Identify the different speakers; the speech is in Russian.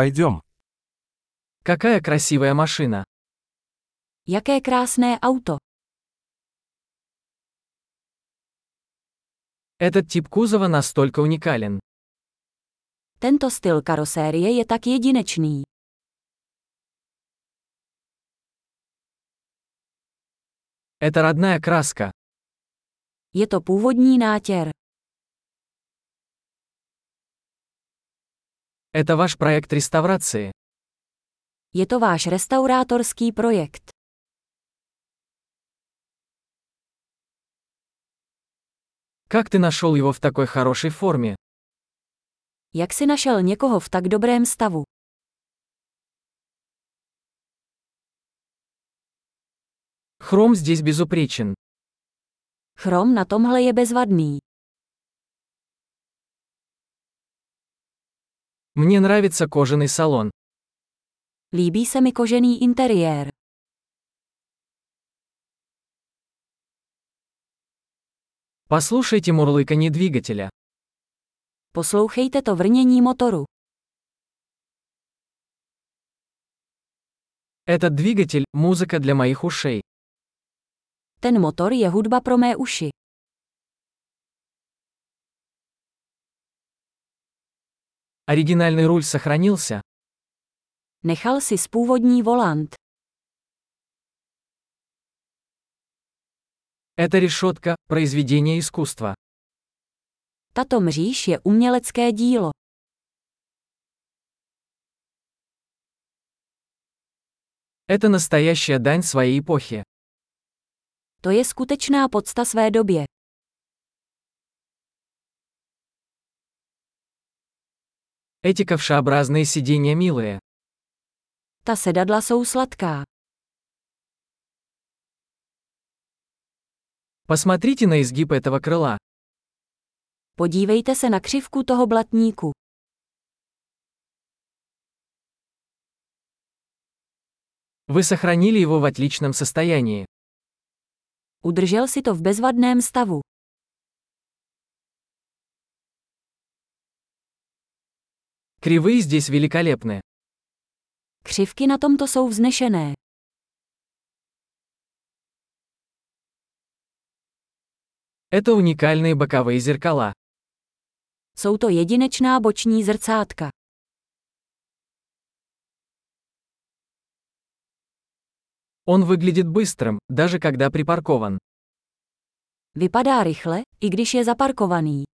Speaker 1: Пойдем.
Speaker 2: Какая красивая машина.
Speaker 3: Jaké krásné auto.
Speaker 2: Этот тип кузова настолько уникален.
Speaker 3: Tento styl karosérie je tak jedinečný.
Speaker 2: Это родная краска.
Speaker 3: Je to původní nátěr.
Speaker 2: Это ваш проект реставрации.
Speaker 3: Je to váš restaurátorský projekt.
Speaker 2: Как ты нашел его в такой хорошей форме?
Speaker 3: Jak si našel někoho v tak dobrém stavu?
Speaker 2: Хром здесь безупречен.
Speaker 3: Chrom na tomhle je bezvadný.
Speaker 2: Мне нравится кожаный салон.
Speaker 3: Líbí se mi kožený interiér.
Speaker 2: Послушайте мурлыканье двигателя.
Speaker 3: Poslouchejte to vrnění motoru.
Speaker 2: Этот двигатель – музыка для моих ушей.
Speaker 3: Ten motor je hudba pro mé uši.
Speaker 2: Оригинальный руль сохранился.
Speaker 3: Nechal si původní volant.
Speaker 2: Эта решетка – произведение искусства.
Speaker 3: Tato mříž je umělecké dílo.
Speaker 2: Это настоящая дань своей эпохи.
Speaker 3: To je skutečná podsta své době.
Speaker 2: Эти ковшеобразные сиденья милые.
Speaker 3: Ta sedadla jsou sladká.
Speaker 2: Посмотрите на изгиб этого крыла.
Speaker 3: Podívejte se na křivku toho blatníku.
Speaker 2: Вы сохранили его в отличном состоянии.
Speaker 3: Udržel si to v bezvadném stavu.
Speaker 2: Кривые здесь великолепны.
Speaker 3: Křivky na tomto jsou vznešené.
Speaker 2: Это уникальные боковые зеркала.
Speaker 3: Jsou to jedinečná boční zrcátka.
Speaker 2: Он выглядит быстрым, даже когда припаркован.
Speaker 3: Vypadá rychle, i když je zaparkovaný.